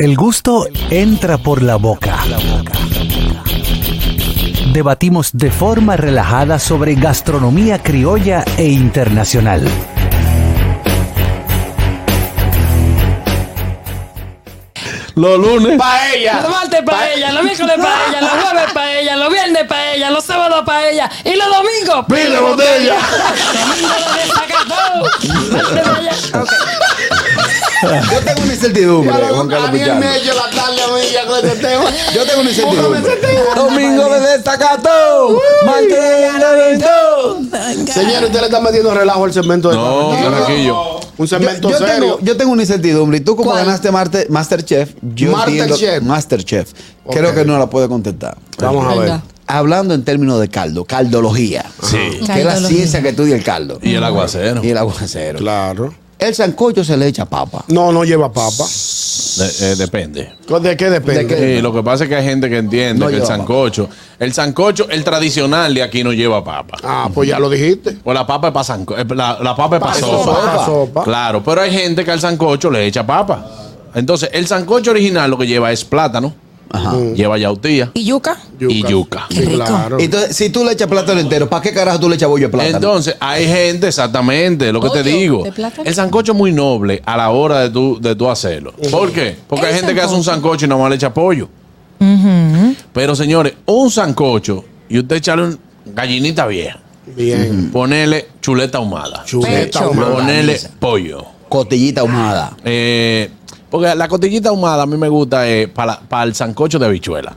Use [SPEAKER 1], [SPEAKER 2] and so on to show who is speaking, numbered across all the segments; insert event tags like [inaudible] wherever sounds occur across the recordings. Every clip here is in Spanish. [SPEAKER 1] El gusto entra por la boca. Debatimos de forma relajada sobre gastronomía criolla e internacional.
[SPEAKER 2] Los lunes.
[SPEAKER 3] Paella.
[SPEAKER 4] Los martes paella, los miércoles paella, los jueves paella, los viernes paella, los sábados paella y los domingos.
[SPEAKER 2] Pile botella.
[SPEAKER 4] Domingo de desacatado. Martes paella. Ok.
[SPEAKER 5] Yo tengo una incertidumbre, Juan Carlos
[SPEAKER 3] Daniel
[SPEAKER 5] Pichardo.
[SPEAKER 3] me echó la tarde a mí ya con este tema.
[SPEAKER 5] Yo tengo una incertidumbre.
[SPEAKER 2] Domingo de destacato. Mantén
[SPEAKER 3] Señor, usted le está metiendo relajo al segmento de
[SPEAKER 2] No, tranquillo.
[SPEAKER 3] Un segmento
[SPEAKER 5] Yo, yo
[SPEAKER 3] serio.
[SPEAKER 5] tengo, yo tengo una incertidumbre. Y tú, como
[SPEAKER 3] ¿Cuál?
[SPEAKER 5] ganaste Marte- Masterchef, yo entiendo.
[SPEAKER 3] Masterchef.
[SPEAKER 5] Masterchef.
[SPEAKER 3] Ok.
[SPEAKER 5] Creo que no la puede contestar.
[SPEAKER 3] Vamos a ver.
[SPEAKER 4] Venga.
[SPEAKER 5] Hablando en términos de caldo, caldología.
[SPEAKER 2] Sí.
[SPEAKER 5] Que es la
[SPEAKER 4] Caldología.
[SPEAKER 5] ciencia que estudia el caldo.
[SPEAKER 2] Y el aguacero.
[SPEAKER 5] Y el aguacero.
[SPEAKER 3] Claro.
[SPEAKER 5] El sancocho se le echa papa.
[SPEAKER 3] No, no lleva papa.
[SPEAKER 2] De- eh, depende.
[SPEAKER 3] ¿De qué depende?
[SPEAKER 5] ¿De qué?
[SPEAKER 2] Sí, lo que pasa es que hay gente que entiende
[SPEAKER 5] No
[SPEAKER 2] que el
[SPEAKER 5] lleva papa.
[SPEAKER 2] sancocho, el sancocho, el tradicional de aquí no lleva papa.
[SPEAKER 3] Ah, pues ya lo dijiste.
[SPEAKER 2] O la papa es para la, la papa es pa' sopa.
[SPEAKER 5] sopa.
[SPEAKER 3] Sopa, sopa.
[SPEAKER 2] Claro, pero hay gente que al sancocho le echa papa. Entonces, el sancocho original lo que lleva es plátano, lleva yautía
[SPEAKER 4] ¿Y yuca?
[SPEAKER 2] y yuca.
[SPEAKER 4] Qué rico.
[SPEAKER 3] claro.
[SPEAKER 5] Entonces, si tú le echas plátano entero, ¿para qué carajo tú le echas bollo de plátano?
[SPEAKER 2] Entonces, hay gente, exactamente, lo que te
[SPEAKER 4] Pollo
[SPEAKER 2] digo.
[SPEAKER 4] de plátano.
[SPEAKER 2] El sancocho es muy noble a la hora de tú, de tú hacerlo. ¿Por qué? Porque hay
[SPEAKER 4] El
[SPEAKER 2] gente que hace un sancocho y nada más le echa pollo. Pero señores, un sancocho y usted echarle un gallinita vieja,
[SPEAKER 3] Bien.
[SPEAKER 2] ponele chuleta ahumada,
[SPEAKER 3] Chuleta
[SPEAKER 4] Pecho.
[SPEAKER 3] humana.
[SPEAKER 2] ponele pollo.
[SPEAKER 5] Cotillita ahumada.
[SPEAKER 2] Eh, porque la cotillita ahumada a mí me gusta eh, para, el sancocho de habichuela.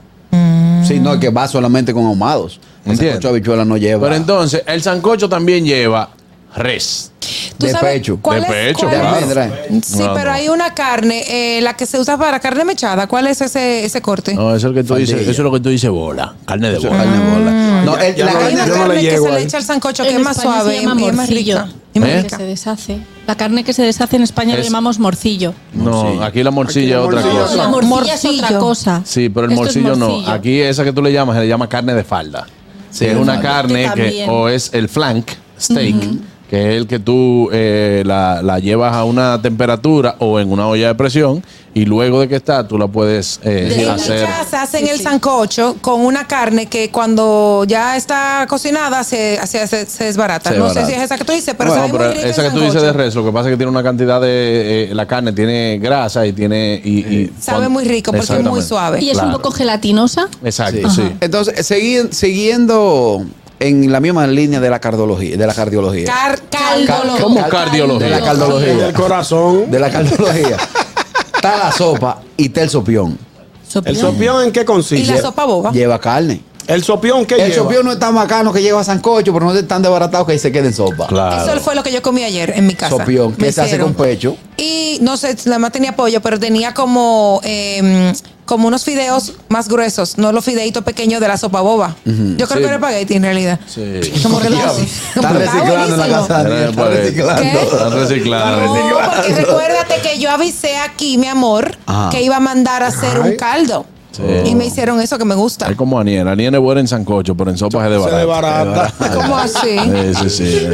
[SPEAKER 5] Sí, no, que va solamente con ahumados. El
[SPEAKER 2] Entiendo.
[SPEAKER 5] sancocho de habichuela no lleva.
[SPEAKER 2] Pero entonces, el sancocho también lleva res.
[SPEAKER 4] ¿Tú
[SPEAKER 5] De
[SPEAKER 4] sabes
[SPEAKER 5] pecho.
[SPEAKER 4] cuál
[SPEAKER 2] De
[SPEAKER 4] es-
[SPEAKER 2] pecho,
[SPEAKER 4] cuál es-
[SPEAKER 5] claro. De almendra.
[SPEAKER 4] Sí,
[SPEAKER 2] No,
[SPEAKER 4] pero
[SPEAKER 2] no.
[SPEAKER 4] hay una carne, eh, la que se usa para carne mechada. ¿Cuál es ese, ese corte?
[SPEAKER 2] No, eso es lo que tú dices,
[SPEAKER 5] Faldilla.
[SPEAKER 2] eso es lo que tú dices bola, carne de
[SPEAKER 5] Eso es
[SPEAKER 2] bola.
[SPEAKER 5] carne
[SPEAKER 4] Mm.
[SPEAKER 5] bola. No, el-
[SPEAKER 3] ya
[SPEAKER 5] la
[SPEAKER 3] no le-
[SPEAKER 4] Hay
[SPEAKER 5] carne
[SPEAKER 4] una
[SPEAKER 3] yo no
[SPEAKER 4] carne que
[SPEAKER 3] llego
[SPEAKER 4] se le
[SPEAKER 3] ahí.
[SPEAKER 4] echa al sancocho
[SPEAKER 6] En
[SPEAKER 4] que es más
[SPEAKER 6] España
[SPEAKER 4] suave
[SPEAKER 6] se llama
[SPEAKER 4] y es más
[SPEAKER 6] morcillo.
[SPEAKER 4] rica. Y más
[SPEAKER 2] ¿Eh?
[SPEAKER 6] que
[SPEAKER 4] rica.
[SPEAKER 6] se deshace. La carne que se deshace en España
[SPEAKER 2] Es-
[SPEAKER 6] la llamamos morcillo.
[SPEAKER 2] No, aquí la morcilla
[SPEAKER 3] Aquí la
[SPEAKER 2] es otra
[SPEAKER 3] morcilla
[SPEAKER 2] cosa.
[SPEAKER 6] La morcilla es
[SPEAKER 4] Morcillo.
[SPEAKER 6] otra cosa.
[SPEAKER 2] Sí, pero el
[SPEAKER 6] Esto es
[SPEAKER 2] morcillo, no. Aquí esa que tú le llamas se le llama carne de falda.
[SPEAKER 5] Sí,
[SPEAKER 2] que es
[SPEAKER 5] de
[SPEAKER 2] una
[SPEAKER 5] falda.
[SPEAKER 2] carne
[SPEAKER 6] Que
[SPEAKER 2] que
[SPEAKER 6] también.
[SPEAKER 2] o es el flank steak, que es el que tú eh, la, la llevas a una temperatura o en una olla de presión y luego de que está tú la puedes eh,
[SPEAKER 4] En la
[SPEAKER 2] hacer.
[SPEAKER 4] casa hacen
[SPEAKER 6] Sí,
[SPEAKER 4] el
[SPEAKER 6] sí.
[SPEAKER 4] sancocho con una carne que cuando ya está cocinada se, se, se- se desbarata.
[SPEAKER 2] Se
[SPEAKER 4] no
[SPEAKER 2] desbarata.
[SPEAKER 4] sé si es esa que tú dices, pero
[SPEAKER 2] No,
[SPEAKER 4] sabe
[SPEAKER 2] pero
[SPEAKER 4] muy rica
[SPEAKER 2] esa que
[SPEAKER 4] el
[SPEAKER 2] tú dices de
[SPEAKER 4] sancocho.
[SPEAKER 2] res, lo que pasa es que tiene una cantidad de eh, la carne tiene grasa y tiene y, y-
[SPEAKER 4] Sabe
[SPEAKER 2] cuando-
[SPEAKER 4] muy rico porque es muy
[SPEAKER 2] Exactamente.
[SPEAKER 4] suave.
[SPEAKER 6] Y es
[SPEAKER 2] Claro.
[SPEAKER 6] un poco gelatinosa.
[SPEAKER 2] Exacto,
[SPEAKER 5] Sí.
[SPEAKER 2] sí.
[SPEAKER 5] Entonces, segui- siguiendo en la misma línea de la cardiología, de la cardiología.
[SPEAKER 4] Car- caldo.
[SPEAKER 2] ¿Cómo cardiología?
[SPEAKER 5] De la
[SPEAKER 3] Del
[SPEAKER 5] cardiología.
[SPEAKER 3] corazón.
[SPEAKER 5] De la cardiología. está la sopa y está el sopión.
[SPEAKER 3] ¿El sopión en qué
[SPEAKER 4] Y la
[SPEAKER 3] consiste?
[SPEAKER 4] sopa boba.
[SPEAKER 5] Lleva carne.
[SPEAKER 3] ¿El sopión qué
[SPEAKER 5] El
[SPEAKER 3] lleva?
[SPEAKER 5] sopión no es tan bacano que lleva sancocho, pero no es tan desbaratado que se quede en sopa.
[SPEAKER 2] Claro.
[SPEAKER 4] Eso fue lo que yo comí ayer en mi casa.
[SPEAKER 5] Sopión, que
[SPEAKER 4] Me
[SPEAKER 5] se hace
[SPEAKER 4] hicieron.
[SPEAKER 5] con pecho.
[SPEAKER 4] Y no sé, nada más tenía pollo, pero tenía como, eh, como unos fideos más gruesos, no los fideitos pequeños de la sopa boba. Yo creo que era espagueti en realidad.
[SPEAKER 2] Sí.
[SPEAKER 4] Como relajado.
[SPEAKER 5] Está reciclando en la casa de Daniel, está
[SPEAKER 2] ¿Qué?
[SPEAKER 5] reciclando.
[SPEAKER 2] Están recicladas.
[SPEAKER 4] No, porque recuérdate que yo avisé aquí, mi amor,
[SPEAKER 5] Ajá.
[SPEAKER 4] que iba a mandar a hacer un caldo. Y me hicieron eso que me gusta.
[SPEAKER 2] Es como Aniel. Aniel es buena en sancocho, pero en sopas es de
[SPEAKER 3] Se
[SPEAKER 2] barato.
[SPEAKER 3] desbarata.
[SPEAKER 4] ¿Cómo así?
[SPEAKER 2] Sí, sí,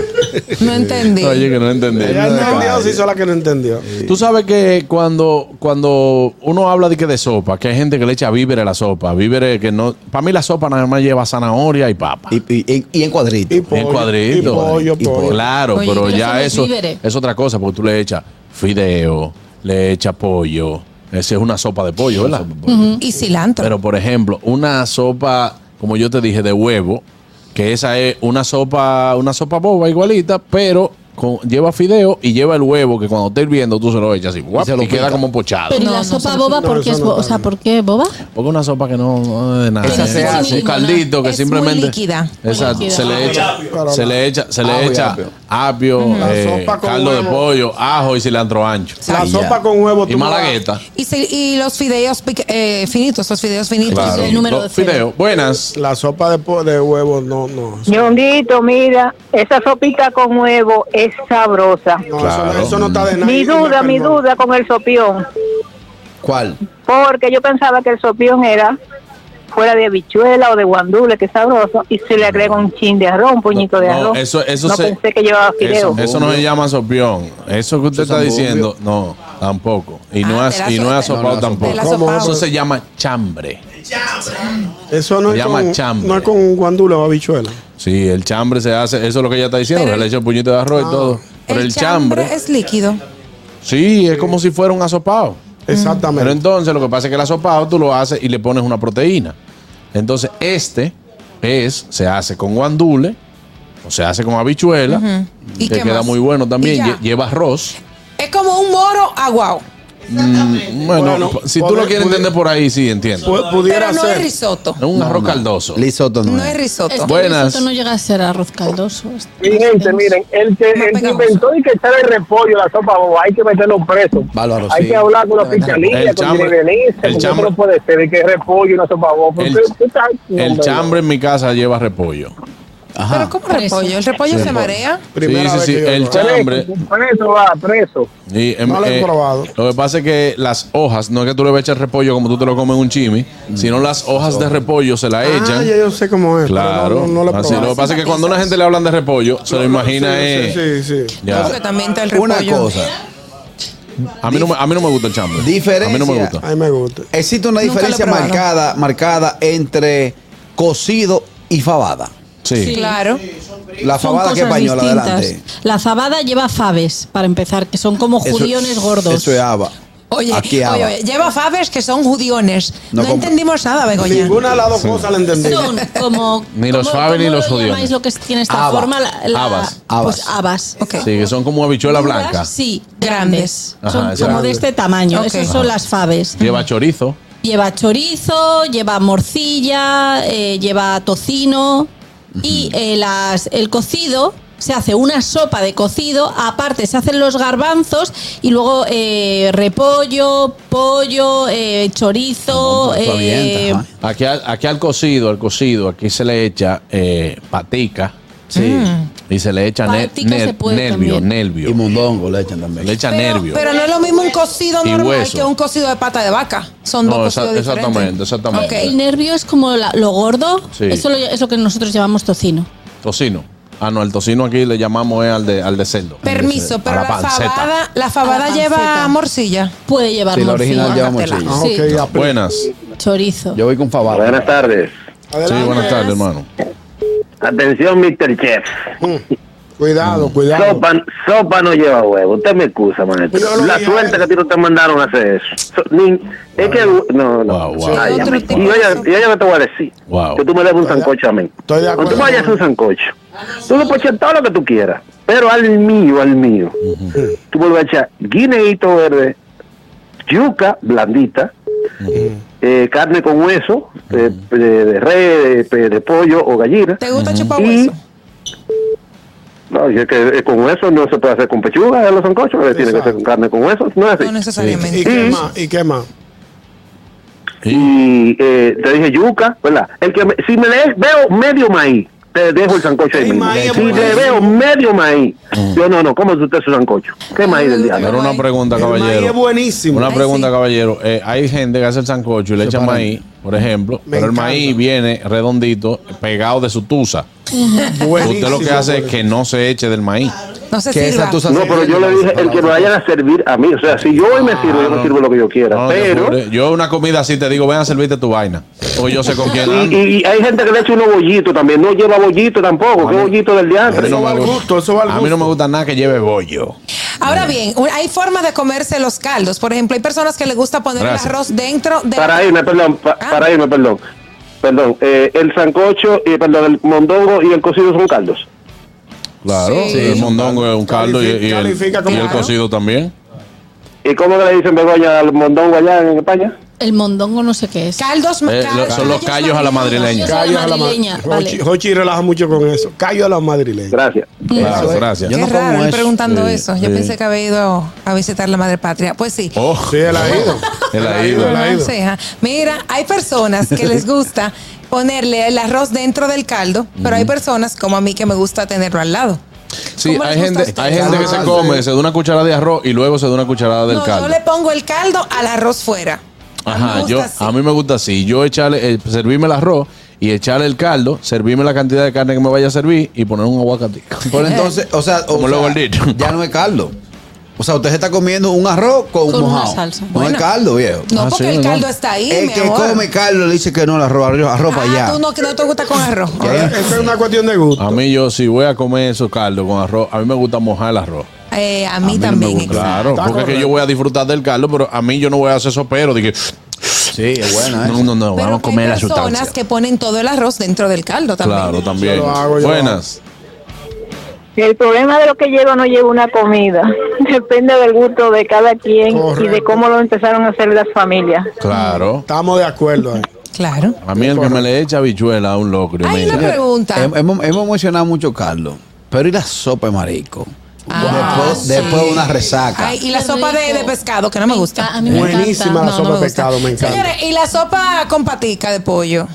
[SPEAKER 2] sí.
[SPEAKER 4] No entendí.
[SPEAKER 2] Oye, que no entendí.
[SPEAKER 3] Ella entendió, sí, sola que no entendió.
[SPEAKER 2] Tú sabes que cuando, cuando uno habla de que de sopa, que hay gente que le echa víveres a la sopa, víveres que no. Para mí la sopa nada más lleva zanahoria y papa.
[SPEAKER 5] Y, y- y- y en cuadrito.
[SPEAKER 3] Y pollo,
[SPEAKER 2] en cuadrito.
[SPEAKER 3] eh. Y pollo,
[SPEAKER 5] Y
[SPEAKER 3] pollo.
[SPEAKER 2] Claro,
[SPEAKER 6] Oye,
[SPEAKER 2] pero
[SPEAKER 6] pero eso no
[SPEAKER 2] ya
[SPEAKER 6] es
[SPEAKER 2] eso
[SPEAKER 6] víveres.
[SPEAKER 2] es otra cosa, porque tú le echas fideo, le echas pollo. Esa es una sopa de pollo, ¿verdad?
[SPEAKER 4] Mm, Y cilantro.
[SPEAKER 2] Pero por ejemplo, una sopa, como yo te dije, de huevo, que esa es una sopa, una sopa boba igualita, pero con- lleva fideo y lleva el huevo que cuando esté hirviendo tú se lo echas así, guap,
[SPEAKER 5] se
[SPEAKER 2] y,
[SPEAKER 5] lo
[SPEAKER 2] queda
[SPEAKER 5] pica.
[SPEAKER 2] como pochado.
[SPEAKER 6] Pero
[SPEAKER 4] No,
[SPEAKER 6] la
[SPEAKER 4] no,
[SPEAKER 6] sopa
[SPEAKER 4] eso no-
[SPEAKER 6] boba,
[SPEAKER 3] no,
[SPEAKER 6] porque
[SPEAKER 3] eso
[SPEAKER 6] es
[SPEAKER 3] no
[SPEAKER 6] bo- o
[SPEAKER 3] está
[SPEAKER 6] sea,
[SPEAKER 3] bien.
[SPEAKER 6] ¿por qué boba?
[SPEAKER 2] Porque una sopa que no, no es de nada.
[SPEAKER 5] Esa se
[SPEAKER 2] Es
[SPEAKER 5] hace.
[SPEAKER 2] Un caldito que
[SPEAKER 4] Es muy
[SPEAKER 2] simplemente.
[SPEAKER 4] líquida.
[SPEAKER 2] Exacto,
[SPEAKER 6] Muy líquida.
[SPEAKER 2] se le
[SPEAKER 6] Apio,
[SPEAKER 2] echa,
[SPEAKER 3] apio.
[SPEAKER 2] se le echa, se
[SPEAKER 5] Ajo y
[SPEAKER 2] le echa
[SPEAKER 5] apio.
[SPEAKER 2] apio, eh,
[SPEAKER 3] sopa con
[SPEAKER 2] caldo de
[SPEAKER 3] huevo.
[SPEAKER 2] pollo, ajo y cilantro ancho.
[SPEAKER 3] La
[SPEAKER 5] Y
[SPEAKER 3] sopa
[SPEAKER 5] ya.
[SPEAKER 3] con huevo.
[SPEAKER 2] Y
[SPEAKER 3] tú vas-
[SPEAKER 2] malagueta.
[SPEAKER 4] Y, ci- y los fideos pic- eh, finitos, los fideos finitos.
[SPEAKER 2] Claro.
[SPEAKER 6] el número
[SPEAKER 2] Dos
[SPEAKER 6] de cero.
[SPEAKER 2] fideos. Buenas.
[SPEAKER 3] La sopa de, po- de huevo, no, no.
[SPEAKER 7] Ñonguito, mira, esa sopita con huevo es sabrosa.
[SPEAKER 3] No,
[SPEAKER 2] Claro.
[SPEAKER 3] eso, no- eso no está de nada.
[SPEAKER 7] Mi duda, mi
[SPEAKER 3] Perdón.
[SPEAKER 7] duda con el sopión,
[SPEAKER 5] ¿Cuál?
[SPEAKER 7] porque yo pensaba que el sopión era fuera de habichuela o de guandule, que es sabroso, y se le agrega un chin de arroz, un puñito de
[SPEAKER 2] No,
[SPEAKER 7] arroz.
[SPEAKER 2] eso- eso
[SPEAKER 7] no
[SPEAKER 2] se-
[SPEAKER 7] pensé que llevaba fideo.
[SPEAKER 2] Eso, eso no se llama sopión. Eso que usted
[SPEAKER 5] Eso
[SPEAKER 2] está
[SPEAKER 5] es un bombio.
[SPEAKER 2] diciendo, no. Tampoco. Y
[SPEAKER 4] Ah,
[SPEAKER 2] no
[SPEAKER 4] de
[SPEAKER 2] es,
[SPEAKER 4] la
[SPEAKER 2] y no
[SPEAKER 4] sopa.
[SPEAKER 2] es asopado
[SPEAKER 5] No, no,
[SPEAKER 2] tampoco.
[SPEAKER 4] de la sopa.
[SPEAKER 2] Eso se llama chambre.
[SPEAKER 3] Eso no
[SPEAKER 2] Se
[SPEAKER 3] es,
[SPEAKER 2] llama
[SPEAKER 3] con,
[SPEAKER 2] chambre.
[SPEAKER 3] no es con guandula o habichuela.
[SPEAKER 7] Mm.
[SPEAKER 2] Sí, el chambre se hace, eso es lo que ella está diciendo,
[SPEAKER 4] Pero
[SPEAKER 2] se le
[SPEAKER 4] el-
[SPEAKER 2] echa puñito de arroz
[SPEAKER 5] Ah.
[SPEAKER 2] y todo. Pero el, chambre,
[SPEAKER 4] es líquido.
[SPEAKER 2] sí, es como si fuera un asopado. Pero
[SPEAKER 3] Exactamente.
[SPEAKER 2] entonces lo que pasa es que el asopado tú lo haces y le pones una proteína. Entonces este es, se hace con guandule, o se hace con habichuela,
[SPEAKER 4] ¿Y
[SPEAKER 2] que
[SPEAKER 4] qué
[SPEAKER 2] queda
[SPEAKER 4] más?
[SPEAKER 2] muy bueno
[SPEAKER 4] Y
[SPEAKER 2] también,
[SPEAKER 4] ya.
[SPEAKER 2] Lle- lleva arroz.
[SPEAKER 4] Es como un moro aguao.
[SPEAKER 5] Eh,
[SPEAKER 2] Bueno,
[SPEAKER 3] Bueno,
[SPEAKER 2] p- si tú
[SPEAKER 3] puede-
[SPEAKER 2] lo quieres
[SPEAKER 3] puede-
[SPEAKER 2] entender por ahí, sí, entiendo.
[SPEAKER 3] Pu-
[SPEAKER 4] Pero
[SPEAKER 3] pudiera
[SPEAKER 4] no es
[SPEAKER 3] ser.
[SPEAKER 4] risotto.
[SPEAKER 2] Es un arroz caldoso.
[SPEAKER 5] Lisoto no,
[SPEAKER 4] No es
[SPEAKER 5] es.
[SPEAKER 6] Es que
[SPEAKER 4] risotto.
[SPEAKER 2] Buenas.
[SPEAKER 6] Esto no llega a ser arroz caldoso. es-
[SPEAKER 7] Mi gente, miren, el que, el que
[SPEAKER 4] pegajoso.
[SPEAKER 7] inventó y que echar el repollo, la sopa boba, hay que meterlo preso.
[SPEAKER 5] Bárbaro,
[SPEAKER 7] hay
[SPEAKER 5] sí.
[SPEAKER 7] que hablar con los
[SPEAKER 5] De verdad.
[SPEAKER 2] El
[SPEAKER 7] pichanillas, con
[SPEAKER 2] chambre-
[SPEAKER 7] Benítez,
[SPEAKER 2] el
[SPEAKER 7] porque eso
[SPEAKER 2] chambre-
[SPEAKER 7] no puede ser, y este, que repollo y una sopa boba.
[SPEAKER 2] El-
[SPEAKER 7] Usted- usted está- no,
[SPEAKER 2] El
[SPEAKER 7] hombre,
[SPEAKER 2] chambre en mi casa lleva repollo.
[SPEAKER 5] Ajá.
[SPEAKER 4] Pero ¿cómo repollo? ¿El repollo se marea?
[SPEAKER 3] Primera
[SPEAKER 2] sí,
[SPEAKER 3] vez
[SPEAKER 2] sí,
[SPEAKER 3] que yo
[SPEAKER 2] el
[SPEAKER 3] lo-
[SPEAKER 2] cha- chambre.
[SPEAKER 7] Preso, Con eso va preso.
[SPEAKER 2] Y, em,
[SPEAKER 3] No lo he
[SPEAKER 2] eh,
[SPEAKER 3] probado.
[SPEAKER 2] Lo que pasa es que las hojas, no es que tú le eches repollo como tú te lo comes un chimi, sino las hojas de repollo se la
[SPEAKER 3] Mm. Ah,
[SPEAKER 2] echan.
[SPEAKER 3] ya yo sé cómo es. pero
[SPEAKER 2] Claro.
[SPEAKER 3] No, no, no lo he
[SPEAKER 2] Así, lo
[SPEAKER 3] probado.
[SPEAKER 2] que pasa es que cuando a una gente le hablan de repollo, se lo imagina
[SPEAKER 3] Sí,
[SPEAKER 2] eh,
[SPEAKER 3] sí, sí, sí.
[SPEAKER 2] ya.
[SPEAKER 4] Porque también está el repollo.
[SPEAKER 5] Una cosa,
[SPEAKER 2] A, mí no, me- a mí no me gusta el chambre.
[SPEAKER 5] Diferencia.
[SPEAKER 2] A mí no me gusta.
[SPEAKER 3] A mí me gusta.
[SPEAKER 5] existe una
[SPEAKER 4] Nunca lo he
[SPEAKER 5] diferencia
[SPEAKER 4] probado.
[SPEAKER 5] marcada, marcada entre cocido y fabada.
[SPEAKER 2] Sí.
[SPEAKER 6] Sí.
[SPEAKER 4] Claro.
[SPEAKER 5] La
[SPEAKER 6] son
[SPEAKER 5] fabada que es
[SPEAKER 6] cosas
[SPEAKER 5] española,
[SPEAKER 6] distintas.
[SPEAKER 5] adelante.
[SPEAKER 6] La fabada lleva faves, para empezar, que son como
[SPEAKER 5] Eso-
[SPEAKER 6] judiones gordos.
[SPEAKER 5] Eso es haba.
[SPEAKER 4] Oye,
[SPEAKER 5] Aquí
[SPEAKER 4] oye,
[SPEAKER 5] haba.
[SPEAKER 4] oye, lleva faves que son judiones.
[SPEAKER 5] No
[SPEAKER 4] No,
[SPEAKER 5] compro.
[SPEAKER 4] entendimos nada, Begoña.
[SPEAKER 3] Ninguna de las dos cosas la entendí.
[SPEAKER 6] Son
[SPEAKER 3] [laughs]
[SPEAKER 6] como.
[SPEAKER 2] Ni los
[SPEAKER 6] como-
[SPEAKER 2] faves ni
[SPEAKER 6] ¿cómo
[SPEAKER 2] los
[SPEAKER 6] lo
[SPEAKER 2] judiones.
[SPEAKER 6] llamáis lo que tiene esta
[SPEAKER 5] Haba.
[SPEAKER 6] forma? La, la-
[SPEAKER 2] Habas.
[SPEAKER 5] Habas.
[SPEAKER 6] Pues habas.
[SPEAKER 4] Ok.
[SPEAKER 2] Sí, que son como habichuela
[SPEAKER 6] Duras,
[SPEAKER 2] blanca.
[SPEAKER 6] Sí,
[SPEAKER 4] Grandes.
[SPEAKER 6] grandes.
[SPEAKER 2] Ajá,
[SPEAKER 6] son
[SPEAKER 2] exacto.
[SPEAKER 6] como de este tamaño.
[SPEAKER 4] Ok.
[SPEAKER 6] Esas son las faves.
[SPEAKER 2] Lleva chorizo.
[SPEAKER 6] Lleva chorizo, lleva morcilla, eh, lleva tocino y eh, las, el cocido. Se hace una sopa de cocido, aparte se hacen los garbanzos y luego eh, repollo, pollo, eh, chorizo,
[SPEAKER 5] Ah, no, pues,
[SPEAKER 6] eh,
[SPEAKER 5] avienta, ajá.
[SPEAKER 2] Aquí, al- aquí al cocido, al cocido, aquí se le echa eh, patica. Sí. Y se le echa ner-
[SPEAKER 6] Patica se
[SPEAKER 2] ner-
[SPEAKER 6] puede
[SPEAKER 2] nervio,
[SPEAKER 6] también.
[SPEAKER 5] Y
[SPEAKER 2] nervio.
[SPEAKER 5] mondongo le echan también.
[SPEAKER 2] Le echa
[SPEAKER 4] Pero,
[SPEAKER 2] nervio.
[SPEAKER 4] pero no es lo mismo un cocido
[SPEAKER 2] Y
[SPEAKER 4] normal
[SPEAKER 2] hueso.
[SPEAKER 4] que un cocido de pata de vaca. Son
[SPEAKER 2] No,
[SPEAKER 4] dos
[SPEAKER 2] esa-
[SPEAKER 4] cocidos diferentes.
[SPEAKER 2] exactamente, exactamente.
[SPEAKER 6] El nervio es como la- lo gordo,
[SPEAKER 2] Sí.
[SPEAKER 6] eso lo- es lo que nosotros llamamos tocino.
[SPEAKER 2] Tocino. Ah, no, el tocino aquí le llamamos eh, al, de, al de cerdo.
[SPEAKER 4] Permiso,
[SPEAKER 2] A
[SPEAKER 4] pero la,
[SPEAKER 2] panceta.
[SPEAKER 4] fabada, la fabada
[SPEAKER 6] A la
[SPEAKER 4] lleva
[SPEAKER 6] panceta.
[SPEAKER 4] morcilla.
[SPEAKER 6] Puede llevar
[SPEAKER 5] Sí, la
[SPEAKER 6] morcilla,
[SPEAKER 5] original lleva
[SPEAKER 4] Bájatela.
[SPEAKER 5] morcilla.
[SPEAKER 3] Ah,
[SPEAKER 6] Sí.
[SPEAKER 3] ok, apre-
[SPEAKER 2] Buenas.
[SPEAKER 6] chorizo.
[SPEAKER 5] Yo voy con fabada.
[SPEAKER 8] Buenas tardes.
[SPEAKER 2] Sí,
[SPEAKER 3] Adelante.
[SPEAKER 2] buenas tardes, hermano.
[SPEAKER 8] Atención, Mr. Chef.
[SPEAKER 3] Cuidado, cuidado.
[SPEAKER 8] Sopa, sopa no lleva huevo. Usted me excusa, maestro.
[SPEAKER 3] Yo lo
[SPEAKER 8] La
[SPEAKER 3] vi
[SPEAKER 8] suerte
[SPEAKER 3] ahora.
[SPEAKER 8] que a ti no te mandaron a hacer eso. So- ni- es que. No, no.
[SPEAKER 2] Wow, wow.
[SPEAKER 8] Ay,
[SPEAKER 4] Otro
[SPEAKER 8] amén.
[SPEAKER 4] tipo
[SPEAKER 8] y
[SPEAKER 4] de
[SPEAKER 8] oye,
[SPEAKER 4] sopa.
[SPEAKER 8] y oye, ¿qué te voy a decir?
[SPEAKER 2] Wow.
[SPEAKER 8] Que tú me debes un sancocho a mí.
[SPEAKER 3] Estoy de acuerdo Ah,
[SPEAKER 8] Cuando tú vayas a
[SPEAKER 3] con
[SPEAKER 8] un sancocho, tú le puedes echar todo lo que tú quieras. Pero al mío, al mío, tú vuelves a echar guineíto verde, yuca blandita, eh, carne con hueso, eh, de, de res, de, de pollo o gallina.
[SPEAKER 4] ¿Te gusta chupar
[SPEAKER 8] Y-
[SPEAKER 4] hueso?
[SPEAKER 8] No, y es que eh, con hueso no se puede hacer con pechuga de los sancochos, eh, tiene que ser con carne con hueso, no es así.
[SPEAKER 4] No necesariamente.
[SPEAKER 3] ¿Y qué más? ¿Y qué más?
[SPEAKER 8] Y eh, te dije yuca, ¿verdad? El que me- si me le veo medio maíz, te dejo el sancocho ahí
[SPEAKER 3] El
[SPEAKER 8] mismo.
[SPEAKER 3] maíz es
[SPEAKER 8] Si le
[SPEAKER 3] buenísimo.
[SPEAKER 8] veo medio maíz, yo no, no, ¿cómo usted su sancocho? ¿Qué maíz del
[SPEAKER 2] Mm. Pero
[SPEAKER 8] diablo?
[SPEAKER 2] una pregunta,
[SPEAKER 3] El maíz
[SPEAKER 2] caballero.
[SPEAKER 3] es buenísimo.
[SPEAKER 2] Una
[SPEAKER 4] Ay,
[SPEAKER 2] pregunta,
[SPEAKER 4] sí.
[SPEAKER 2] caballero. Eh, hay gente que hace el sancocho y le echa maíz, por ejemplo,
[SPEAKER 3] Me
[SPEAKER 2] pero el
[SPEAKER 3] encanta.
[SPEAKER 2] maíz viene redondito, pegado de su
[SPEAKER 3] [laughs]
[SPEAKER 2] tusa.
[SPEAKER 3] Buenísimo.
[SPEAKER 2] Usted lo que hace es que no se eche del maíz.
[SPEAKER 4] No se
[SPEAKER 5] Que esa
[SPEAKER 4] sirva.
[SPEAKER 5] tú sabes-
[SPEAKER 8] No, pero yo le dije, el que me vayan a servir a mí, o sea, si yo hoy me sirvo, yo me sirvo lo que yo quiera,
[SPEAKER 2] Ah, No, no te
[SPEAKER 8] pero...
[SPEAKER 2] apures. yo una comida así te digo, ven a servirte tu vaina. O yo sé con quién
[SPEAKER 8] [laughs] Y,
[SPEAKER 2] ando.
[SPEAKER 8] y- y hay gente que le echa unos bollitos también, no lleva bollito tampoco, ¿qué bollito del
[SPEAKER 2] A mí
[SPEAKER 8] diantre?
[SPEAKER 2] no
[SPEAKER 3] Eso va
[SPEAKER 2] me
[SPEAKER 3] al
[SPEAKER 2] gusta-
[SPEAKER 3] gusto, eso va al
[SPEAKER 2] A mí no
[SPEAKER 3] gusto.
[SPEAKER 2] me gusta nada que lleve bollo.
[SPEAKER 4] Ahora bien, un- hay formas de comerse los caldos. Por ejemplo, hay personas que les gusta poner
[SPEAKER 2] Gracias.
[SPEAKER 4] el arroz dentro de
[SPEAKER 8] Para irme, perdón, pa-
[SPEAKER 4] Ah.
[SPEAKER 8] para irme, perdón. Perdón, eh, el sancocho, y perdón, el mondongo y el cocido son caldos.
[SPEAKER 2] Claro,
[SPEAKER 4] Sí.
[SPEAKER 2] el mondongo es un caldo y, y el,
[SPEAKER 3] Califica- califica como
[SPEAKER 2] y el
[SPEAKER 3] caldo.
[SPEAKER 2] cocido también.
[SPEAKER 8] ¿Y cómo le dicen Begoña al mondongo allá en España?
[SPEAKER 6] El mondongo no sé qué es.
[SPEAKER 4] caldos.
[SPEAKER 2] Eh,
[SPEAKER 4] cal-
[SPEAKER 2] lo- son los callos a la madrileña.
[SPEAKER 6] Callos a la
[SPEAKER 3] Callos ma-
[SPEAKER 6] madrileña,
[SPEAKER 3] Jochi-
[SPEAKER 6] vale.
[SPEAKER 3] Jochi relaja mucho con eso. Callo a la madrileña.
[SPEAKER 8] Gracias.
[SPEAKER 2] Claro, gracias.
[SPEAKER 5] Yo no
[SPEAKER 4] Qué
[SPEAKER 5] como
[SPEAKER 4] raro, ir
[SPEAKER 5] eso.
[SPEAKER 4] preguntando
[SPEAKER 2] Sí,
[SPEAKER 4] eso. Yo
[SPEAKER 2] sí.
[SPEAKER 4] pensé que había ido a visitar la madre patria. Pues sí.
[SPEAKER 2] Oh,
[SPEAKER 3] Sí, él ha ido.
[SPEAKER 2] Él ha
[SPEAKER 3] Él ha
[SPEAKER 2] ido.
[SPEAKER 3] ido, él ha ido.
[SPEAKER 4] Sí, ajá. Mira, hay personas que
[SPEAKER 2] [laughs]
[SPEAKER 4] les gusta ponerle el arroz dentro del caldo, pero hay personas como a mí que me gusta tenerlo al lado.
[SPEAKER 2] Sí,
[SPEAKER 4] ¿Cómo les
[SPEAKER 2] hay
[SPEAKER 4] gusta a
[SPEAKER 2] gente, hay
[SPEAKER 4] ustedes?
[SPEAKER 2] gente que se
[SPEAKER 3] Ah,
[SPEAKER 2] come, se da una cucharada de arroz y luego se da una cucharada del
[SPEAKER 4] no,
[SPEAKER 2] caldo.
[SPEAKER 4] yo le pongo el caldo al arroz fuera. A mí me
[SPEAKER 2] Ajá,
[SPEAKER 4] gusta
[SPEAKER 2] yo,
[SPEAKER 4] así.
[SPEAKER 2] a mí me gusta así. Yo echarle, eh, servirme el arroz y echarle el caldo, servirme la cantidad de carne que me vaya a servir y poner un aguacate. [laughs]
[SPEAKER 5] Pero entonces, o sea, o
[SPEAKER 2] Como lo
[SPEAKER 5] sea,
[SPEAKER 2] gordito.
[SPEAKER 5] ya no es caldo. O sea, usted se está comiendo un arroz con,
[SPEAKER 6] Con una
[SPEAKER 5] mojado.
[SPEAKER 6] salsa.
[SPEAKER 5] No
[SPEAKER 4] Bueno.
[SPEAKER 5] es caldo, viejo.
[SPEAKER 4] No,
[SPEAKER 2] Ah,
[SPEAKER 4] porque
[SPEAKER 2] sí,
[SPEAKER 4] el
[SPEAKER 2] no.
[SPEAKER 4] caldo está ahí,
[SPEAKER 5] El
[SPEAKER 4] mi
[SPEAKER 5] que
[SPEAKER 4] amor.
[SPEAKER 5] come caldo le dice que no, el arroz, arroz, arroz para allá.
[SPEAKER 4] Ah, tú no, que no te gusta con arroz.
[SPEAKER 5] Ya, ya.
[SPEAKER 3] Esa es una cuestión de gusto.
[SPEAKER 2] A mí yo si voy a comer esos caldos con arroz, a mí me gusta mojar el arroz.
[SPEAKER 4] Eh, a
[SPEAKER 2] A
[SPEAKER 4] mí
[SPEAKER 2] no me
[SPEAKER 4] también.
[SPEAKER 2] gusta.
[SPEAKER 4] exacto.
[SPEAKER 2] Claro,
[SPEAKER 3] Está
[SPEAKER 2] porque es que
[SPEAKER 3] correcto.
[SPEAKER 2] yo voy a disfrutar del caldo, pero a mí yo no voy a hacer sopero. Dije,
[SPEAKER 5] Sí, es buena.
[SPEAKER 2] no, no, no,
[SPEAKER 4] Pero
[SPEAKER 2] vamos a
[SPEAKER 4] que hay
[SPEAKER 2] comer la sustancia.
[SPEAKER 4] personas que ponen todo el arroz dentro del caldo también.
[SPEAKER 2] Claro, también.
[SPEAKER 3] Yo lo hago, yo lo
[SPEAKER 2] Buenas.
[SPEAKER 7] El problema de lo que lleva o no lleva una comida [laughs] depende del gusto de cada quien y de
[SPEAKER 3] Correcto.
[SPEAKER 7] cómo lo empezaron a hacer las familias.
[SPEAKER 2] Claro.
[SPEAKER 3] Estamos de acuerdo ahí.
[SPEAKER 4] Claro.
[SPEAKER 2] A mí el que me le echa habichuela a un locro.
[SPEAKER 4] Hay
[SPEAKER 2] mira.
[SPEAKER 4] una pregunta.
[SPEAKER 5] Hem- Hemos, hemos mencionado mucho caldo, pero ¿y la sopa de marico?
[SPEAKER 4] Ah,
[SPEAKER 5] después,
[SPEAKER 4] sí.
[SPEAKER 5] después una resaca.
[SPEAKER 4] Ay, y la
[SPEAKER 6] Qué
[SPEAKER 4] sopa de,
[SPEAKER 6] rico.
[SPEAKER 4] de pescado, que no me
[SPEAKER 6] enca-
[SPEAKER 4] gusta.
[SPEAKER 6] a mí me
[SPEAKER 3] Buenísima la
[SPEAKER 6] encanta.
[SPEAKER 4] No,
[SPEAKER 3] sopa
[SPEAKER 4] no
[SPEAKER 3] de
[SPEAKER 4] me gusta.
[SPEAKER 3] pescado, me encanta.
[SPEAKER 4] Señores, y la sopa con patica de pollo.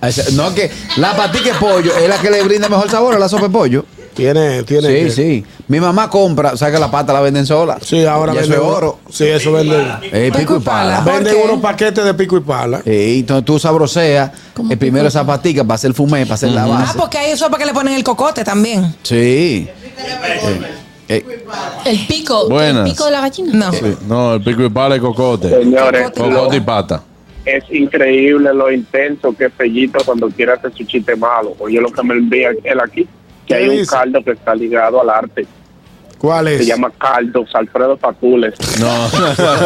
[SPEAKER 5] Ay, se- No, que la patica de pollo es la que le brinda mejor sabor a la sopa de pollo.
[SPEAKER 3] Tiene, tiene.
[SPEAKER 5] Sí,
[SPEAKER 3] que-
[SPEAKER 5] sí. Mi mamá compra, o sea que la pata la venden sola.
[SPEAKER 3] Sí, ahora
[SPEAKER 5] Y eso
[SPEAKER 3] vende
[SPEAKER 5] es oro.
[SPEAKER 3] Sí, eso vende.
[SPEAKER 5] Eh, pico y pala.
[SPEAKER 4] ¿Por
[SPEAKER 3] Venden
[SPEAKER 4] qué?
[SPEAKER 3] unos paquetes de pico y pala.
[SPEAKER 5] Eh, entonces tú sabroseas
[SPEAKER 6] ¿Cómo
[SPEAKER 5] eh, primero esa patica para hacer el fumé, para hacer la
[SPEAKER 4] Ah,
[SPEAKER 5] base.
[SPEAKER 4] porque hay sopa que le ponen el cocote también.
[SPEAKER 5] Sí. Eh, eh,
[SPEAKER 6] El pico,
[SPEAKER 2] Buenas.
[SPEAKER 6] el pico de la gallina.
[SPEAKER 4] No.
[SPEAKER 2] Sí, No, el pico y pala y cocote.
[SPEAKER 9] Señores,
[SPEAKER 2] Cocote y pata.
[SPEAKER 9] es increíble lo intenso que es Pellito cuando quiere hacer su chiste malo. Oye, lo que me envía él aquí, que
[SPEAKER 3] ¿Qué
[SPEAKER 9] hay un
[SPEAKER 3] dice?
[SPEAKER 9] caldo que está ligado al arte.
[SPEAKER 3] ¿Cuál
[SPEAKER 9] Se
[SPEAKER 3] es?
[SPEAKER 9] llama Caldos Alfredo Pacules.
[SPEAKER 2] No.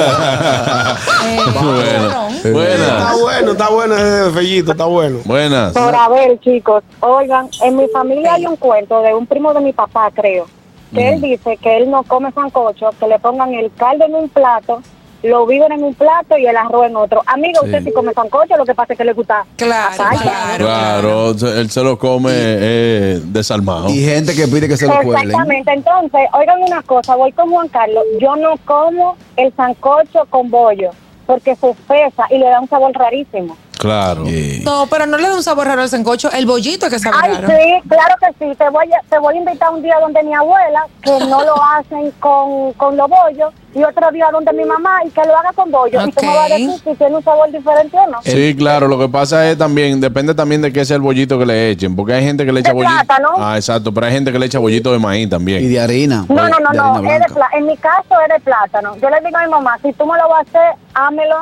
[SPEAKER 2] [laughs]
[SPEAKER 4] Eh,
[SPEAKER 2] Bueno.
[SPEAKER 4] no.
[SPEAKER 3] Está
[SPEAKER 2] Buenas.
[SPEAKER 3] bueno, está bueno ese fellito, está bueno.
[SPEAKER 2] Buenas.
[SPEAKER 7] Por haber, chicos, oigan, en mi familia hay un cuento de un primo de mi papá, creo, que él dice que él no come sancocho, que le pongan el caldo en un plato, lo viven en un plato y el arroz en otro. Amigo, usted si come sancocho, lo que pasa es que le gusta.
[SPEAKER 4] Claro,
[SPEAKER 7] Ay,
[SPEAKER 4] claro.
[SPEAKER 2] Claro, se- él se lo come eh, desalmado.
[SPEAKER 5] y gente que pide que se lo cuelen.
[SPEAKER 7] Exactamente, entonces, oigan una cosa, voy con Juan Carlos, yo no como el sancocho con bollo, porque se espesa y le da un sabor rarísimo.
[SPEAKER 2] Claro.
[SPEAKER 4] No, pero no le da un sabor raro al sancocho. El bollito que sabe
[SPEAKER 7] Ay,
[SPEAKER 4] raro.
[SPEAKER 7] sí, claro que sí. Te voy, a, te voy a invitar un día donde mi abuela, que no lo hacen con, con los bollos, y otro día donde mi mamá, y que lo haga con bollos. Y tú me vas a decir
[SPEAKER 4] Ok.
[SPEAKER 7] si tiene un sabor diferente o no.
[SPEAKER 2] Sí, claro, lo que pasa es también, depende también de qué sea el bollito que le echen, porque hay gente que le echa
[SPEAKER 7] De
[SPEAKER 2] bollito.
[SPEAKER 7] plátano.
[SPEAKER 2] Ah, exacto, pero hay gente que le echa bollito de maíz
[SPEAKER 5] Y
[SPEAKER 2] también.
[SPEAKER 5] de harina.
[SPEAKER 7] No, no, no,
[SPEAKER 5] de
[SPEAKER 7] no.
[SPEAKER 5] harina
[SPEAKER 7] Es de
[SPEAKER 5] blanca.
[SPEAKER 7] pla- en mi caso es de plátano. Yo le digo a mi mamá, si tú me lo vas a hacer, hámelo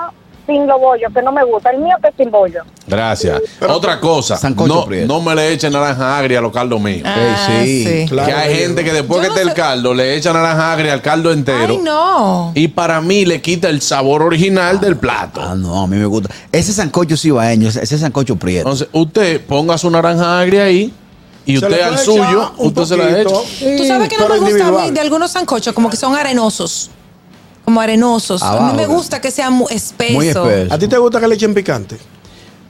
[SPEAKER 7] sin los bollos, que no me gusta. El mío que es sin bollo.
[SPEAKER 2] Gracias. Otra cosa,
[SPEAKER 5] Sancocho
[SPEAKER 2] no,
[SPEAKER 5] Prieto.
[SPEAKER 2] no me le echen naranja agria a los caldos míos.
[SPEAKER 4] Ah,
[SPEAKER 5] sí.
[SPEAKER 2] que
[SPEAKER 3] Claro,
[SPEAKER 2] hay
[SPEAKER 3] que
[SPEAKER 2] gente que después
[SPEAKER 4] Yo
[SPEAKER 2] que
[SPEAKER 4] no
[SPEAKER 2] está el
[SPEAKER 4] sé-
[SPEAKER 2] caldo le echa naranja agria al caldo entero.
[SPEAKER 4] Ay, no.
[SPEAKER 2] Y para mí le quita el sabor original del plato.
[SPEAKER 5] Ah, no, a mí me gusta. Ese sancocho cibaeño, ese ese sancocho prieto.
[SPEAKER 2] Entonces, usted ponga su naranja agria ahí y
[SPEAKER 3] Se
[SPEAKER 2] usted
[SPEAKER 3] le
[SPEAKER 2] al
[SPEAKER 3] puede
[SPEAKER 2] suyo,
[SPEAKER 3] echar un
[SPEAKER 2] usted se la echa.
[SPEAKER 3] poquito.
[SPEAKER 4] Tú sabes que no
[SPEAKER 3] Pero
[SPEAKER 4] me gusta a mí
[SPEAKER 3] individual.
[SPEAKER 4] de algunos sancochos, como que son arenosos. Como arenosos. a
[SPEAKER 5] Abajo,
[SPEAKER 4] mí me
[SPEAKER 5] ¿no?
[SPEAKER 4] gusta que sea muy espeso.
[SPEAKER 5] Muy espeso.
[SPEAKER 3] ¿A ti te gusta que le echen picante?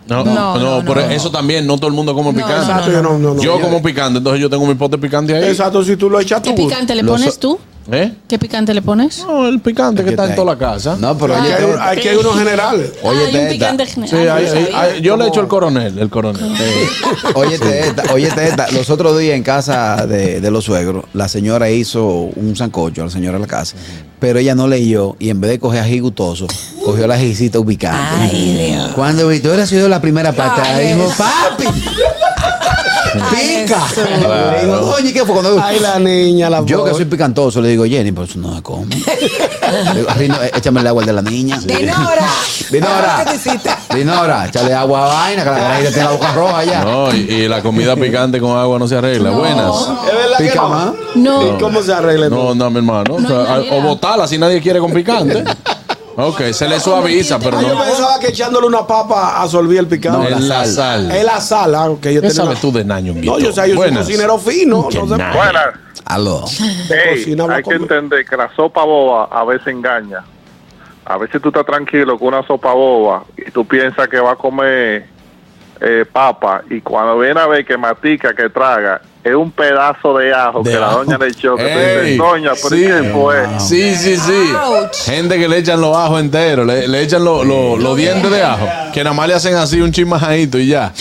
[SPEAKER 2] No,
[SPEAKER 4] No,
[SPEAKER 2] no,
[SPEAKER 4] no,
[SPEAKER 2] por
[SPEAKER 4] no.
[SPEAKER 2] eso también, no todo el mundo come
[SPEAKER 4] No,
[SPEAKER 2] picante.
[SPEAKER 4] exacto,
[SPEAKER 3] yo no, no, no.
[SPEAKER 2] yo como picante, entonces yo tengo mi pote picante ahí.
[SPEAKER 3] Exacto, si tú lo echas
[SPEAKER 6] ¿Qué
[SPEAKER 3] tú.
[SPEAKER 6] picante le
[SPEAKER 5] Los-
[SPEAKER 6] pones tú?
[SPEAKER 2] ¿Eh?
[SPEAKER 6] ¿Qué picante le pones?
[SPEAKER 2] No, el picante que está en toda la casa.
[SPEAKER 5] No, pero
[SPEAKER 3] Aquí
[SPEAKER 5] oye,
[SPEAKER 3] Ah,
[SPEAKER 5] eh,
[SPEAKER 3] hay, un-
[SPEAKER 5] teta.
[SPEAKER 3] aquí hay unos generales.
[SPEAKER 5] Oye,
[SPEAKER 6] Ah, hay un
[SPEAKER 5] teta.
[SPEAKER 6] picante
[SPEAKER 2] Sí,
[SPEAKER 6] general. Ah,
[SPEAKER 2] ahí-
[SPEAKER 6] no
[SPEAKER 2] ahí-
[SPEAKER 6] sabía.
[SPEAKER 2] ahí- yo le echo el coronel, el coronel.
[SPEAKER 5] [laughs] Oye, teta, oye, teta, los otros días en casa de, de los suegros, la señora hizo un sancocho, la señora de la casa, pero ella no leyó y en vez de coger ají gustoso, cogió la ajicita ubicante.
[SPEAKER 4] Ay, Dios.
[SPEAKER 5] Cuando Victoria se dio la primera patada,
[SPEAKER 4] Ay,
[SPEAKER 5] dijo,
[SPEAKER 4] Jesús.
[SPEAKER 5] papi,
[SPEAKER 4] Ay,
[SPEAKER 5] pica.
[SPEAKER 4] Jesús.
[SPEAKER 5] Le digo, doña, ¿y ¿qué fue? Cuando-
[SPEAKER 3] Ay, la niña, la
[SPEAKER 5] yo que
[SPEAKER 3] voz.
[SPEAKER 5] soy picantoso, le digo, Jenny, pero eso no se come. Le digo, "Así no, eh, échame el agua al de la niña. [laughs]
[SPEAKER 4] Dinora.
[SPEAKER 5] Dinora.
[SPEAKER 3] Ah,
[SPEAKER 4] ¿Qué te hiciste?
[SPEAKER 5] Dinora, échale agua a vaina, que la carajita tiene la boca roja ya.
[SPEAKER 2] No, y, y la comida picante con agua no se arregla. Buenas.
[SPEAKER 3] Es verdad que
[SPEAKER 5] Pica
[SPEAKER 3] no.
[SPEAKER 5] más.
[SPEAKER 6] No.
[SPEAKER 3] ¿Y cómo se arregla
[SPEAKER 2] No,
[SPEAKER 3] todo?
[SPEAKER 2] no, mi hermano. O,
[SPEAKER 6] No hay
[SPEAKER 2] sea,
[SPEAKER 6] manera.
[SPEAKER 2] o botarla si nadie quiere con picante. Ok, se le suaviza, pero
[SPEAKER 3] Ah, yo
[SPEAKER 2] no.
[SPEAKER 3] pensaba que echándole una papa asolvía el picante.
[SPEAKER 2] No,
[SPEAKER 3] Es
[SPEAKER 2] la sal.
[SPEAKER 3] Es la sal, ah, que yo
[SPEAKER 2] ¿Qué
[SPEAKER 3] tenía
[SPEAKER 2] sabes
[SPEAKER 3] la-
[SPEAKER 2] tú de Naño,
[SPEAKER 3] No, yo, o sea, yo soy un cocinero fino.
[SPEAKER 2] Que
[SPEAKER 3] No sé.
[SPEAKER 2] nada.
[SPEAKER 9] Buenas.
[SPEAKER 5] Aló.
[SPEAKER 9] Ey,
[SPEAKER 3] Cocina, habla
[SPEAKER 9] hay que
[SPEAKER 3] conmigo.
[SPEAKER 9] entender que la sopa boba a veces engaña. A veces tú estás tranquilo con una sopa boba y tú piensas que va a comer eh, papa y cuando viene a ver que matica, que traga, es un pedazo de ajo
[SPEAKER 2] De
[SPEAKER 9] que la
[SPEAKER 2] ajo.
[SPEAKER 9] doña le echó. Que tú
[SPEAKER 2] Ey,
[SPEAKER 9] dices, doña, ¿por
[SPEAKER 2] sí.
[SPEAKER 9] qué fue?
[SPEAKER 2] Sí, sí, sí.
[SPEAKER 4] Ouch.
[SPEAKER 2] Gente que le echan los ajos enteros, le, le echan lo- lo- los dientes de ajo, que nada más le hacen así un chismajadito y ya.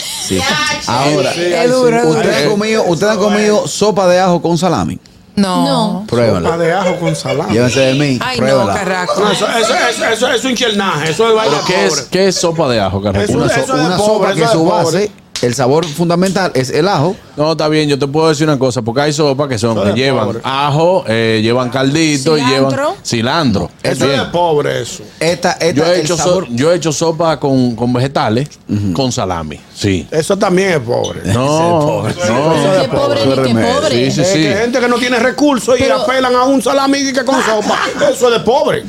[SPEAKER 5] Ahora,
[SPEAKER 4] Qué duro.
[SPEAKER 5] ¿ustedes han comido, usted ha comido sopa de ajo con salami?
[SPEAKER 4] No.
[SPEAKER 6] No.
[SPEAKER 3] Sopa
[SPEAKER 5] Pruébala.
[SPEAKER 3] de ajo con salami.
[SPEAKER 5] Llévense de mí,
[SPEAKER 4] Ay, no,
[SPEAKER 5] pruébala.
[SPEAKER 4] carajo.
[SPEAKER 3] No, eso, eso, eso, eso es un chernaje. Eso es vaina
[SPEAKER 2] ¿Pero qué es,
[SPEAKER 3] pobre.
[SPEAKER 2] qué es sopa de ajo, Carlos?
[SPEAKER 3] Eso-
[SPEAKER 5] Una,
[SPEAKER 3] eso
[SPEAKER 5] so-
[SPEAKER 3] es de
[SPEAKER 5] una
[SPEAKER 3] pobre,
[SPEAKER 5] sopa
[SPEAKER 3] eso
[SPEAKER 5] que
[SPEAKER 3] es de
[SPEAKER 5] su
[SPEAKER 3] pobre.
[SPEAKER 5] base El sabor fundamental es el ajo.
[SPEAKER 2] No, está bien, yo te puedo decir una cosa, porque hay sopas que son,
[SPEAKER 3] Eso
[SPEAKER 2] que
[SPEAKER 3] de
[SPEAKER 2] llevan
[SPEAKER 3] pobre.
[SPEAKER 2] ajo, eh, llevan caldito y llevan
[SPEAKER 4] Cilantro.
[SPEAKER 2] cilantro.
[SPEAKER 3] Eso
[SPEAKER 2] Bien.
[SPEAKER 3] es pobre, eso.
[SPEAKER 5] Esta, esta,
[SPEAKER 2] Yo he,
[SPEAKER 5] el
[SPEAKER 2] hecho so-
[SPEAKER 5] sabor.
[SPEAKER 2] yo he hecho sopa con, con vegetales, con
[SPEAKER 3] [laughs]
[SPEAKER 2] salami. Sí.
[SPEAKER 3] Eso también es pobre.
[SPEAKER 2] No, no.
[SPEAKER 6] Qué pobre ni qué
[SPEAKER 5] remedio.
[SPEAKER 6] pobre.
[SPEAKER 2] Sí, sí,
[SPEAKER 3] Es
[SPEAKER 2] sí.
[SPEAKER 3] que hay gente que no tiene recursos y
[SPEAKER 6] Pero-
[SPEAKER 3] apelan a un salami que con sopa.
[SPEAKER 4] [laughs]
[SPEAKER 3] Eso es de pobre.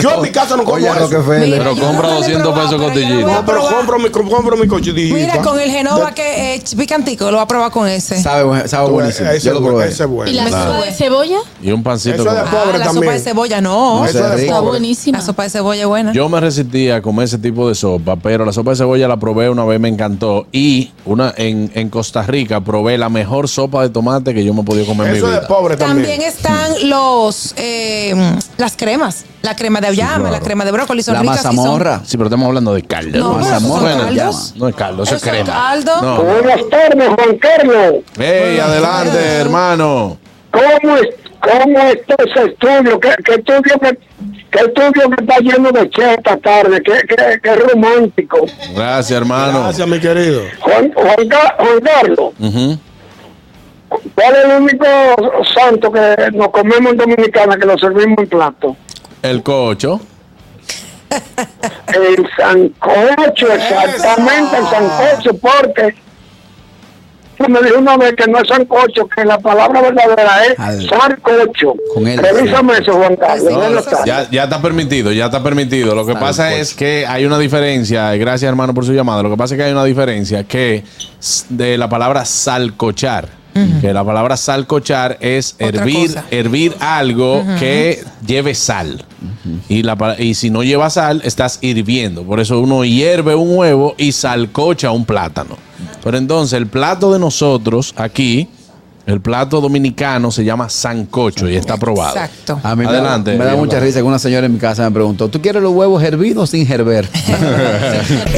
[SPEAKER 3] Yo en mi
[SPEAKER 2] [laughs]
[SPEAKER 3] casa no como
[SPEAKER 5] Oye,
[SPEAKER 3] eso.
[SPEAKER 5] Rockefeller.
[SPEAKER 4] Mira,
[SPEAKER 2] Pero
[SPEAKER 4] yo
[SPEAKER 2] compra
[SPEAKER 4] nunca lo he
[SPEAKER 2] 200
[SPEAKER 4] probado,
[SPEAKER 2] pesos
[SPEAKER 4] pero yo lo voy a
[SPEAKER 2] cotillita.
[SPEAKER 3] No, pero
[SPEAKER 4] probar.
[SPEAKER 3] compro mi, compro mi cochillita.
[SPEAKER 4] Mira, con el Genova que es picantico, lo va a probar con ese.
[SPEAKER 5] Sabe, buen- sabe
[SPEAKER 3] Tú,
[SPEAKER 5] buenísimo.
[SPEAKER 3] Ese
[SPEAKER 5] Yo lo probé.
[SPEAKER 3] Ese es bueno.
[SPEAKER 6] ¿Y la
[SPEAKER 4] Claro.
[SPEAKER 6] sopa de cebolla?
[SPEAKER 2] Y un pancito.
[SPEAKER 3] Eso es de
[SPEAKER 2] con-
[SPEAKER 3] pobre
[SPEAKER 4] Ah, la sopa
[SPEAKER 3] también.
[SPEAKER 4] de cebolla, no.
[SPEAKER 5] No sé,
[SPEAKER 3] Eso es
[SPEAKER 5] rico.
[SPEAKER 6] Está
[SPEAKER 3] pobre.
[SPEAKER 6] buenísima.
[SPEAKER 4] La sopa de cebolla es buena.
[SPEAKER 2] Yo me resistía a comer ese tipo de sopa, pero la sopa de cebolla la probé una vez, me encantó. Y una en, en Costa Rica probé la mejor sopa de tomate que yo me he podido comer en mi
[SPEAKER 3] Eso es
[SPEAKER 2] vida.
[SPEAKER 3] de pobre también.
[SPEAKER 4] También están los eh, las cremas, la crema de auyama, la crema de brócoli, son
[SPEAKER 5] La
[SPEAKER 4] ricas y son
[SPEAKER 5] mazamorra.
[SPEAKER 2] Sí, pero estamos hablando de caldo.
[SPEAKER 4] No,
[SPEAKER 5] pero esos son
[SPEAKER 2] Bueno,
[SPEAKER 4] caldos.
[SPEAKER 2] No es caldo, eso es
[SPEAKER 4] Eso es
[SPEAKER 2] crema.
[SPEAKER 4] caldo.
[SPEAKER 2] No.
[SPEAKER 8] Buenas tardes, Juan Carlos.
[SPEAKER 2] ¡Ey, adelante, hermano!
[SPEAKER 8] ¿Cómo, es, cómo está ese estudio? ¿Qué, qué estudio me, qué estudio me está lleno de che esta tarde? ¿Qué, qué, qué romántico?
[SPEAKER 2] Gracias, hermano.
[SPEAKER 3] Gracias, mi querido.
[SPEAKER 8] Juan, Juan, Ca- Juan Carlos,
[SPEAKER 2] Ujú.
[SPEAKER 8] ¿cuál es el único santo que nos comemos en Dominicana que lo servimos en plato?
[SPEAKER 2] El cocho.
[SPEAKER 8] El sancocho, exactamente, el sancocho, porque me dijo una vez que no es sancocho, que la palabra verdadera es
[SPEAKER 5] Al-
[SPEAKER 8] sancocho.
[SPEAKER 5] Con él,
[SPEAKER 8] Revísame eso, Juan Carlos.
[SPEAKER 4] Sí,
[SPEAKER 8] Buenas
[SPEAKER 4] eso sí.
[SPEAKER 8] tardes.
[SPEAKER 2] Ya, ya está permitido, ya está permitido. Lo que
[SPEAKER 5] Está
[SPEAKER 2] pasa
[SPEAKER 5] bien, pues.
[SPEAKER 2] es que hay una diferencia, y gracias hermano por su llamada, lo que pasa es que hay una diferencia que s- de la palabra salcochar, que la palabra salcochar es
[SPEAKER 4] Otra
[SPEAKER 2] hervir,
[SPEAKER 4] cosa.
[SPEAKER 2] hervir algo que lleve sal. y, la, pa- y si no lleva sal, estás hirviendo. Por eso uno hierve un huevo y salcocha un plátano. Pero entonces el plato de nosotros aquí... El plato dominicano se llama sancocho y está aprobado.
[SPEAKER 4] Exacto.
[SPEAKER 5] A mí me da-
[SPEAKER 2] Adelante.
[SPEAKER 5] me da, mucha risa que una señora en mi casa me preguntó, ¿tú quieres los huevos hervidos o sin [laughs] hervir?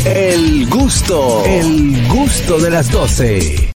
[SPEAKER 1] El gusto, el gusto de las 12.